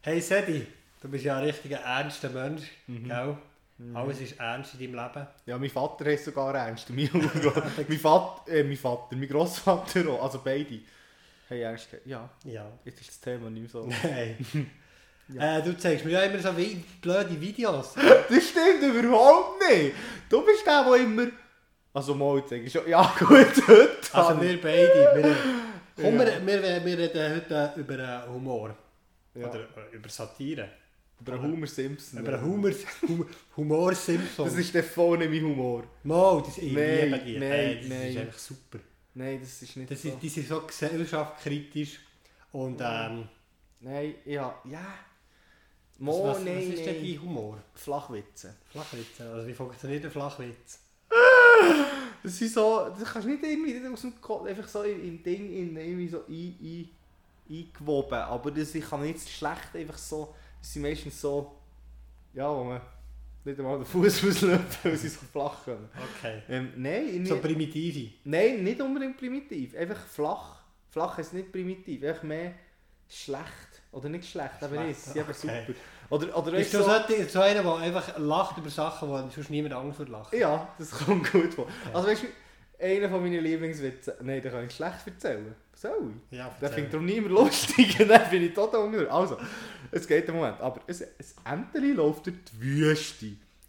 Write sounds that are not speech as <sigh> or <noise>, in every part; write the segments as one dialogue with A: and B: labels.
A: Hey Sedi, du bist ja ein richtiger ernster Mensch,
B: Mhm.
A: gell? Alles ist ernst in deinem Leben.
B: Ja, mein Vater heißt sogar Ernst. Mein, <laughs> Hugo. mein, Vater, äh, mein Vater, mein Großvater auch. Also beide. Hey, Ernst. Ja,
A: Ja.
B: jetzt ist das Thema nicht mehr so.
A: Nein. Äh, du zeigst mir ja immer so wie blöde
B: <laughs>
A: Videos.
B: <laughs> Das stimmt überhaupt nicht. Du bist der, der immer. Also, mal zeige ich schon. Ja, <laughs> gut, heute.
A: Also
B: habe
A: wir
B: ich-
A: beide. Wir, komm, wir,
B: Ja.
A: wir, wir reden heute über äh, Humor.
B: Ja.
A: Oder äh, über Satire.
B: Über den Homer Simpson.
A: Über Humor, Humor, Humor Simpsons.
B: Das ist der voll nicht mein Humor.
A: Mal, das, ich
B: Nein,
A: liebe die.
B: nein,
A: hey, das ist
B: nein.
A: einfach super.
B: Nein, das ist nicht
A: Das
B: so.
A: ist, die sind so gesellschaftskritisch und ähm,
B: Nein, ja. Ja.
A: was,
B: Mo,
A: was,
B: nein,
A: was ist denn
B: nein.
A: dein Humor?
B: Flachwitze.
A: Flachwitz, also wie funktioniert ein Flachwitz?
B: Das sind so, das kannst du nicht irgendwie aus dem Kopf, einfach so im, im Ding in, irgendwie so ein, ein, eingewoben. Aber das, ich kann jetzt schlecht einfach so, das sind meistens so, ja, wo man nicht einmal den Fuß <laughs> auslöpft, weil sie so flach kommen.
A: Okay.
B: Ähm, nein, irgendwie-
A: So primitive.
B: nein, nicht unbedingt primitiv, einfach flach. Flach ist nicht primitiv, einfach mehr schlecht. Oder nicht schlecht, aber
A: Schlecht,
B: nicht, sie sind einfach
A: okay.
B: super. Oder, oder
A: Bist
B: weißt
A: du so, so, so einer, der einfach lacht über Sachen, die sonst niemand anders würde lachen?
B: Ja, das kommt gut vor. Also weißt du, einer von meinen Lieblingswitze, nein, den kann ich schlecht erzählen. Soll ich?
A: Ja,
B: Der
A: erzähl.
B: findet darum niemand lustig und dann bin ich total ungerührt. Also, es geht einen Moment. Aber ein, ein Enteli läuft durch die Wüste.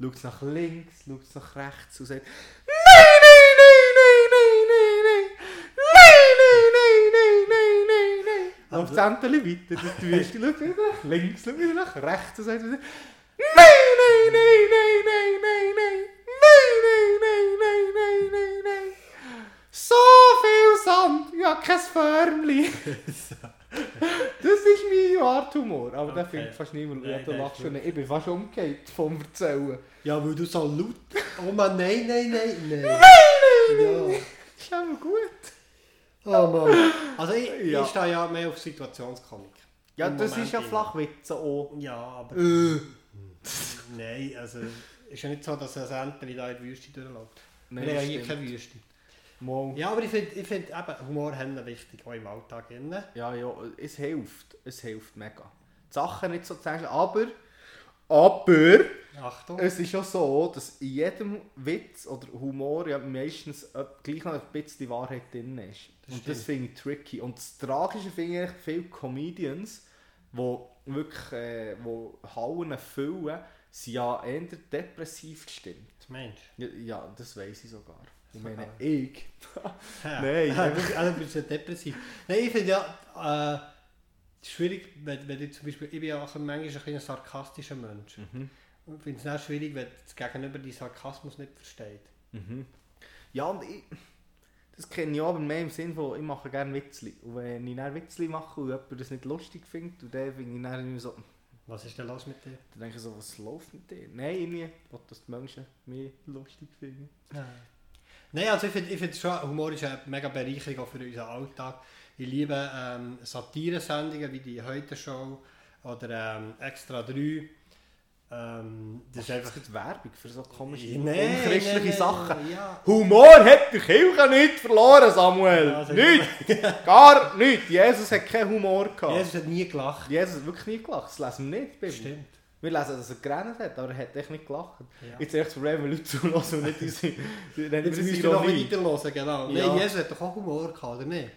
B: Schaut nach links, schaut nach rechts und sagt: Nein, nein, nein, nein, nein, nein, nein! Nein, nein, nein, nein, nein, nein, nein! Läuft das Enteli weiter durch die Wüste, schaut wieder nach links, schaut wieder nach rechts und sagt wieder: Nein, nein, nein, nein, nein, nein, nein! Nein, nein, nein, nein, nein, nein, nein! So viel Sand, ja, kein Förmli. Das ist mein Art Humor, Oh, aber da
A: Okay.
B: findet fast niemand.
A: Nein,
B: Ja, da
A: der
B: lachst
A: ist
B: du nicht. Ich bin fast umgekehrt vom Erzählen.
A: Ja, weil du so laut... Oh Mann, nein, nein, nein, nein.
B: Nein, nein, nein,
A: Ja.
B: nein. Das ist aber gut.
A: Oh Mann. Also ich,
B: Ja.
A: ich stehe ja mehr auf Situationskomik.
B: Ja, dus
A: Im
B: das
A: Moment
B: ist ja
A: immer.
B: Flachwitze auch.
A: Ja, aber...
B: Äh.
A: Nein, also... Ist ja nicht so, dass ein Enteli da in die Wüste durchläuft.
B: Nein,
A: Wir
B: das
A: haben ja hier
B: stimmt.
A: keine Wüste.
B: Mal.
A: Ja, aber ich finde ich find eben Humor haben wichtig, auch im Alltag. Innen.
B: Ja, ja, es hilft. Es hilft mega. Die Sachen nicht so zählen, aber... Aber...
A: Achtung.
B: Es ist ja so, dass in jedem Witz oder Humor ja meistens äh, gleich noch ein bisschen die Wahrheit drin ist.
A: Das
B: und das
A: stimmt.
B: finde ich tricky. Und das Tragische finde ich eigentlich, viele Comedians, die wirklich äh, wo Hallen füllen, sind ja eher depressiv gestimmt.
A: Mensch.
B: Ja, ja das weiß ich sogar. Ich meine,
A: Sogar.
B: ich.
A: Ja.
B: Nein,
A: einfach, also bist du depressiv. Nein, ich finde ja, äh, es ist schwierig, wenn, wenn ich zum Beispiel, ich bin ja auch manchmal ein bisschen ein sarkastischer Mensch. Und ich finde es auch schwierig, wenn das Gegenüber den Sarkasmus nicht versteht.
B: Mhm. Ja, und ich, das kenne ich auch, aber mehr im Sinn von, ich mache gerne Witzli. Und wenn ich dann Witzli mache und jemand das nicht lustig findet, und dann finde ich dann immer so...
A: Was ist denn los mit dir?
B: Dann denke ich so, was läuft mit dir? Nein, irgendwie, ich will, dass die Menschen mich lustig finden.
A: Nein, also ich finde ich find schon, Humor ist eine mega Bereicherung auch für unseren Alltag. Ich liebe ähm, Satire-Sendungen wie die Heute-Show oder ähm, Extra 3. Ähm, das ist einfach...
B: Das ist Werbung für so komische,
A: Nee,
B: unchristliche
A: nee, nee,
B: Sachen.
A: Ja.
B: Humor hat die Kirche nicht verloren, Samuel.
A: Ja, das
B: nicht,
A: <laughs>
B: gar nicht. Jesus hat keinen Humor gehabt. Jesus,
A: Jesus hat nie gelacht.
B: hat wirklich nie gelacht. Das lesen wir nicht, Bibel.
A: Stimmt.
B: Wir lesen, dass er gerannt hat, aber er hat echt nicht gelacht.
A: Ja.
B: Jetzt echt Problem, wenn Leute zulassen und nicht unsere...
A: Jetzt
B: unsere
A: müsst ihr noch
B: Ironie.
A: weiterhören, genau.
B: Ja.
A: Nein, Jesus hat doch auch Humor gehabt, oder nicht?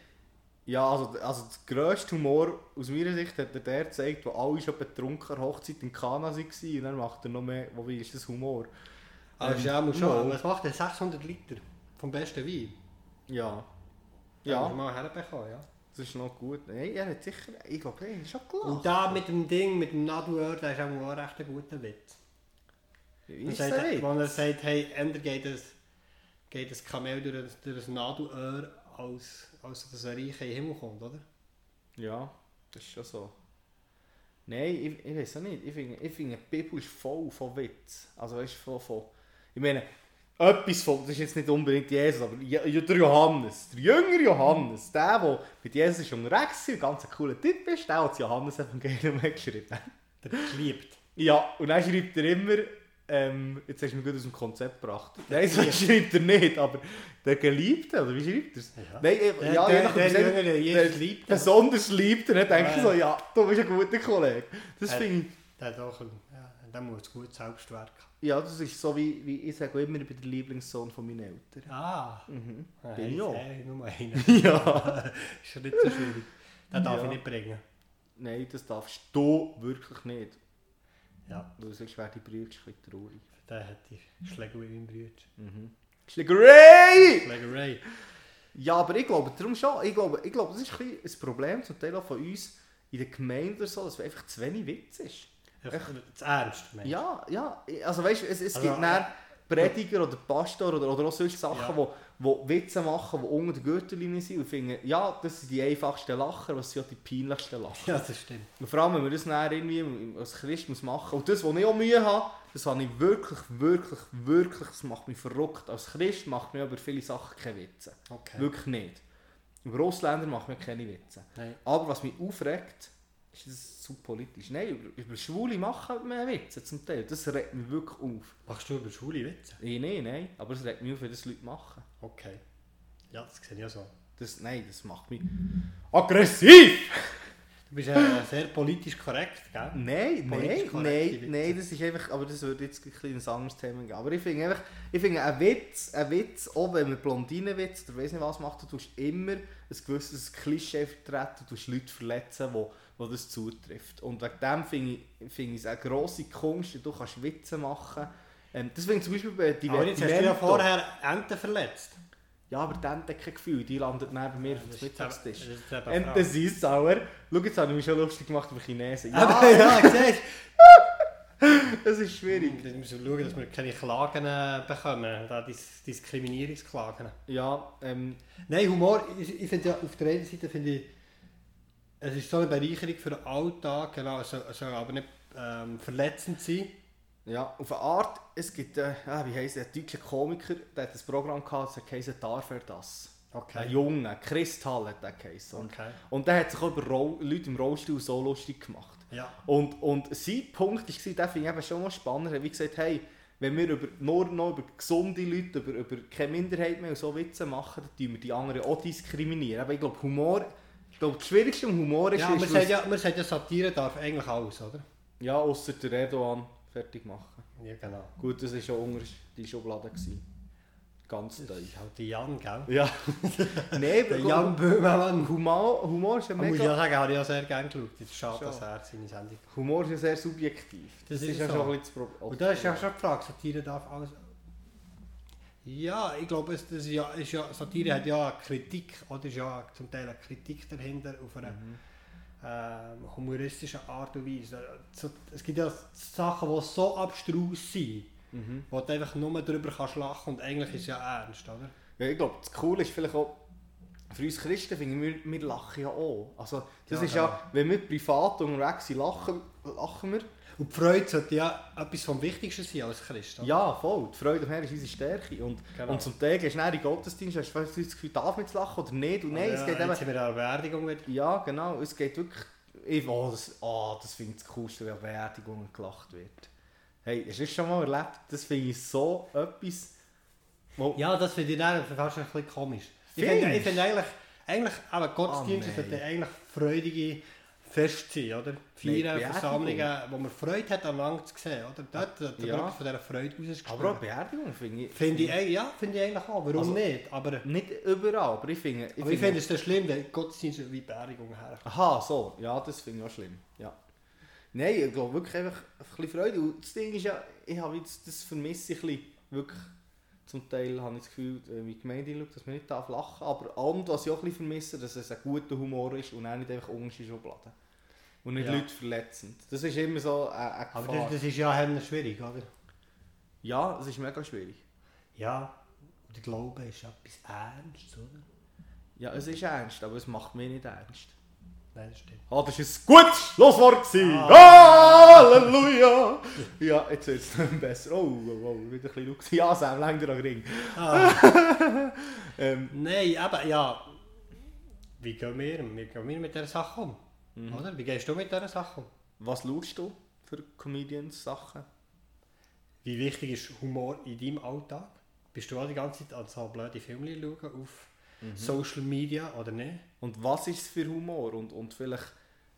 B: Ja, also, also der grösste Humor aus meiner Sicht hat er der gezeigt, wo alle schon betrunken an Hochzeit in Kana waren und dann macht er noch mehr, wobei ist das Humor?
A: Aber Ah,
B: Ähm,
A: dus ja, muss schon.
B: mal.
A: Aber Was macht er? 600 Liter vom besten Wein.
B: Ja.
A: Den musst du
B: Ja,
A: mal herbekommen, ja.
B: das ist noch gut. Nein, er hat sicher, ich glaube, er hat schon gelacht.
A: Und da mit dem Ding, mit dem Nadword, das ist auch mal recht ein guter Witz.
B: Wie
A: Wenn er
B: ist
A: sagt,
B: der
A: hey,
B: Witz?
A: wenn er sagt, hey, änder geht ein, geht ein Kamel durch ein, durch ein Nadelöhr, als, als dass ein Reicher in den Himmel kommt, oder?
B: Ja, das ist schon so. Nein, ich, ich weiß auch nicht. Ich finde, ich finde, die Bibel ist voll von Witz. Also, weißt du, voll von. Ich meine, etwas von. Das ist jetzt nicht unbedingt Jesus, aber Je- Je- der Johannes. Der jüngere Johannes. Der, der mit Jesus ist unterwegs war, ein ganz cooler Typ ist, der hat das Johannes-Evangelium geschrieben.
A: Der geliebt.
B: Ja, und dann schreibt er immer Ähm, jetzt hast du mich gut aus dem Konzept gebracht. Nein, so schreibt er nicht, aber der Geliebte, oder wie schreibt er es?
A: Ja.
B: Nein, ich-
A: Der,
B: ja,
A: der,
B: je nachdem,
A: der,
B: wie sagt-
A: Jüngere, der Jesus liebt ihn.
B: besonders liebt, dann denke
A: Ja,
B: ich so, Ah, ja, Eh. du bist ein guter Kollege. Das
A: Ja.
B: finde ich...
A: Der hat auch ein, ja, der muss gut Selbstwerk haben.
B: Ja, dus das ist so wie, wie ich sage immer, ich bin der Lieblingssohn von meinen Eltern.
A: Ah,
B: Mhm.
A: ja,
B: Bin ich auch.
A: nur <laughs> einen.
B: <laughs> Ja.
A: ist ja nicht so schwierig. Den darf
B: Ja.
A: ich nicht bringen.
B: Nein, das darfst du wirklich nicht.
A: Ja,
B: Weil sonst wäre Dus die Brühe ein bisschen traurig.
A: der hat die Schläge in meinem Brüder.
B: Mhm. Schlägerei!
A: Schlägerei.
B: Ja, aber ich glaube, darum schon, ich glaube, ich glaube das ist ein, bisschen ein Problem zum Teil auch von uns in der Gemeinde oder so, dass einfach zu wenig Witz ist.
A: Einfach Zu ernst, meinst du?
B: Ja, ja. Also weißt du, es, es
A: Also, eh,
B: gibt dann Prediger oder Pastor oder, oder auch solche Sachen,
A: Ja.
B: wo, wo Witze machen, die unter der Gürtellinie sind und finden, ja, das sind die einfachsten Lacher, was sind auch die peinlichsten Lacher.
A: Ja, das stimmt.
B: Und vor allem, wenn wir das dann irgendwie im- als Christ Oh, muss machen und das, was ich auch Mühe habe, das habe ich wirklich, wirklich, wirklich, das macht mich verrückt. Als Christ macht mir über viele Sachen keine Witze.
A: Okay.
B: Wirklich nicht. Über Ausländer macht mir keine Witze.
A: Nein.
B: Aber was mich aufregt, ist das zu politisch. Nein, über, über Schwule machen wir Witze zum Teil. Das regt mich wirklich auf.
A: Machst du über Schule Witze?
B: Ich nein, nein, aber es regt mich auf, wenn das Leute machen.
A: Okay. Ja, das sehe ich auch so.
B: Das, nein, das macht mich aggressiv!
A: Du bist äh, sehr politisch korrekt, gell?
B: Nein, nein,
A: Politisch korrekte
B: nein,
A: Witze.
B: nein, das ist einfach, aber das würde jetzt ein kleines anderes Thema geben. Aber ich finde einfach, ich finde ein Witz, ein Witz, auch wenn man Blondinenwitz oder weiss nicht was macht, du tust immer ein gewisses Klischee vertreten, du tust Leute verletzen, wo, wo das zutrifft. Und wegen dem finde ich, finde ich es eine grosse Kunst, du kannst Witze machen. Ähm, das finde ich zum Beispiel bei
A: Aber jetzt hast du ja
B: Divertimento.
A: vorher Enten verletzt.
B: Ja, aber die Ente hat kein Gefühl, die landet neben mir
A: dus
B: auf dem Mittagstisch.
A: Das ist eben eine
B: Ente
A: Frage.
B: sind sauer. Schau, jetzt habe ich mich schon lustig gemacht über Chinesen.
A: <laughs> Ah, Ja,
B: <laughs> Ja,
A: ja, siehst
B: das ist schwierig.
A: du. Wir müssen schauen, dass wir keine Klagen äh, bekommen, da Dis Diskriminierungsklagen.
B: Ja, ähm,
A: Nein, Humor, ich, ich finde ja, auf der einen Seite finde ich, es ist so eine Bereicherung für den Alltag, genau, es soll, es soll aber nicht ähm, verletzend sein.
B: ja, auf eine Art, es gibt, äh, ah, wie heisst der, ein deutscher Komiker, der hat ein Programm gehabt, das heisst «Darf er das?» Ein
A: Okay.
B: Junge, Chris Hall hat der geheißen. Und,
A: Okay.
B: und der hat sich auch über Roll- Leute im Rollstuhl so lustig gemacht.
A: Ja.
B: Und, und sein Punkt war, den finde ich eben schon mal spannend, er hat wie gesagt, hey, wenn wir über, nur noch über gesunde Leute, über, über keine Minderheit mehr und so Witze machen, dann tun wir die anderen auch diskriminieren. Aber ich glaube, Humor, ich glaube, das Schwierigste am Humor ist,
A: Ja, man
B: ist
A: sagt ja, man sagt ja, Satire darf eigentlich alles, oder?
B: ja außer der Erdogan fertig machen.
A: Ja, genau.
B: Gut, das war schon unter die Schublade. Gewesen. Ganz
A: Das
B: <laughs> tief.
A: ist halt der Jan, gell?
B: Ja. Nein,
A: Der
B: aber
A: Jan Böhmermann.
B: Humor, Humor ist ja
A: Man muss ich
B: mega...
A: ja sagen, habe ich ja sehr gerne geschaut. Jetzt schade,
B: Schon.
A: dass er seine Sendung...
B: Humor ist ja sehr subjektiv.
A: Das
B: Das,
A: ist
B: ist ja
A: so.
B: schon ein bisschen das Problem.
A: Und da ist ja schon die Frage, Satire darf alles... Ja, ich glaube, es, das ist ja, ist ja, Satire hat ja eine Kritik, oder ist ja zum Teil eine Kritik dahinter auf eine
B: Mhm.
A: ähm, humoristische Art und Weise. So- Es gibt ja Sachen, die so abstrus sind,
B: Mhm.
A: wo du einfach nur darüber kannst lachen und eigentlich ist es ja ernst, oder?
B: Ja, ich glaube, das Coole ist vielleicht auch, für uns Christen finden wir, wir lachen ja auch. Also, das
A: Ja,
B: ist ja,
A: genau.
B: wenn wir privat unterwegs sind, lachen, lachen wir.
A: Und die Freude sollte ja etwas vom Wichtigsten sein als Christ, oder?
B: Ja, voll. Die Freude am Herrn ist unsere Stärke. Und,
A: Genau.
B: und zum Teil gehst du dann in den Gottesdienst, hast du das Gefühl, darf man jetzt lachen oder nicht? Und nein,
A: Oder,
B: es geht
A: Ah, ja,
B: eben...
A: jetzt sind wir an der Beerdigung wieder.
B: Ja, genau. Es geht wirklich. Ich, oh, das, oh, das finde ich das Coolste, wenn an Beerdigungen gelacht wird. Hey, hast du das schon mal erlebt? Das finde ich so etwas. Wo,
A: Ja, das finde ich dann fast ein bisschen komisch. Ich
B: Findest?
A: finde ich finde eigentlich, eigentlich aber Gottesdienste
B: Ah, nein.
A: sollten eigentlich freudige Feste sein, oder? Feiern,
B: Beerdigung.
A: Versammlungen, wo man Freude hat, einander zu sehen, oder? Dort hat der
B: Ah, Ja.
A: Druck von dieser Freude rausgespürt.
B: aber auch Beerdigungen finde ich.
A: Finde ich, eig- ja, finde ich eigentlich auch. Warum
B: Also-
A: nicht? Aber,
B: Nicht überall, aber ich finde.
A: aber ich finde es dann schlimm, wenn Gottesdienste wie Beerdigungen herkommen.
B: Aha, so. Ja, das finde ich auch schlimm. Ja. Nein, ich glaube wirklich einfach ein bisschen Freude. Und das Ding ist ja, ich habe jetzt, das vermisse ich ein bisschen. Wirklich, zum Teil habe ich das Gefühl, wenn ich die Gemeinde hinschaue, dass man nicht darf lachen Aber und was ich auch ein bisschen vermisse, dass es ein guter Humor ist und auch nicht einfach unterste Schubladen. Und nicht
A: Ja. Ah,
B: Leute verletzend. Dus Das ist immer so eine, eine Gefahr.
A: Aber das, das ist ja eben schwierig, oder?
B: ja, das ist mega schwierig.
A: Ja, und der Glaube ist etwas Ernstes, oder?
B: Ja, es ist ernst, aber es macht mir nicht ernst.
A: Nein, das <laughs> stimmt.
B: Ah, das war ein gutes Schlusswort. gewesen. Halleluja! Ja, jetzt wird es nicht besser. Oh, oh, oh, wieder ein bisschen Luxus. Ja, Sam, läng dir an den Ring.
A: Ah,
B: Ähm,
A: nein, aber ja. Wie gehen wir, wie gehen wir mit dieser Sache um? Oder? Wie gehst du mit dieser Sache um?
B: was schaust du für Comedians-Sachen?
A: Wie wichtig ist Humor in deinem Alltag? Bist du auch die ganze Zeit an so blöde Filme schauen auf Social Media oder nicht?
B: Und was ist es für Humor? Und, und vielleicht,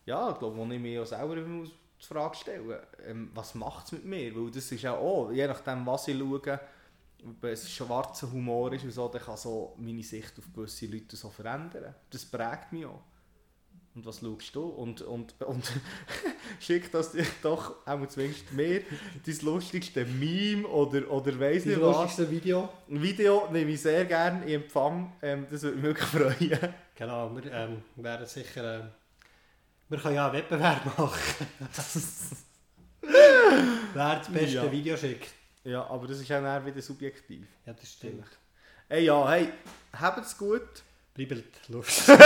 B: ja, ich glaube, wo ich mir auch selber immer muss die Frage stellen ähm, was macht es mit mir? Weil das ist ja auch, oh, je nachdem, was ich schaue, ob es schwarzer Humor ist und so, dann kann so meine Sicht auf gewisse Leute so verändern. Das prägt mich auch. Und was schaust du? Und, und, und <laughs> schick das dir doch, auch zumindest mir, dein lustigste Meme oder, oder weiss
A: Das
B: nicht was.
A: lustigste Video.
B: Ein Video nehme ich sehr gerne in Empfang. Ähm, das würde mich wirklich <laughs> freuen.
A: Genau, wir ähm, werden sicher. Ähm, wir können ja einen Wettbewerb <laughs> machen. Wer das beste
B: Ja.
A: Video schickt.
B: Ja, aber das ist auch eher wieder subjektiv.
A: Ja, das stimmt.
B: Ey, ja, hey, habt's gut.
A: Bleibt
B: <laughs>
A: lustig.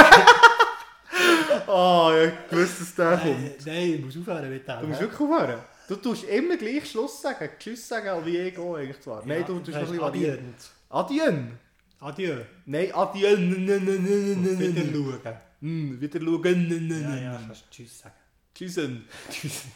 B: Ah, ja, ich wusste, dass der kommt.
A: Nein, Äh, nein, ich muss aufhören mit dem.
B: Du musst
A: hä?
B: wirklich aufhören. Du tust immer gleich Schluss sagen, Tschüss sagen, wie ich gehe eigentlich zwar. Nein,
A: Ja,
B: du tust noch ein
A: das
B: bisschen
A: ist
B: variieren.
A: adient.
B: Adien!
A: Adieu.
B: Nein, Adien! N- n- n- n- n-
A: Wieder
B: n- Hm,
A: schauen.
B: n- Wieder schauen! N- n-
A: Ja,
B: n-
A: ja,
B: n-
A: kannst du Tschüss sagen.
B: Tschüssen!
A: Tschüss.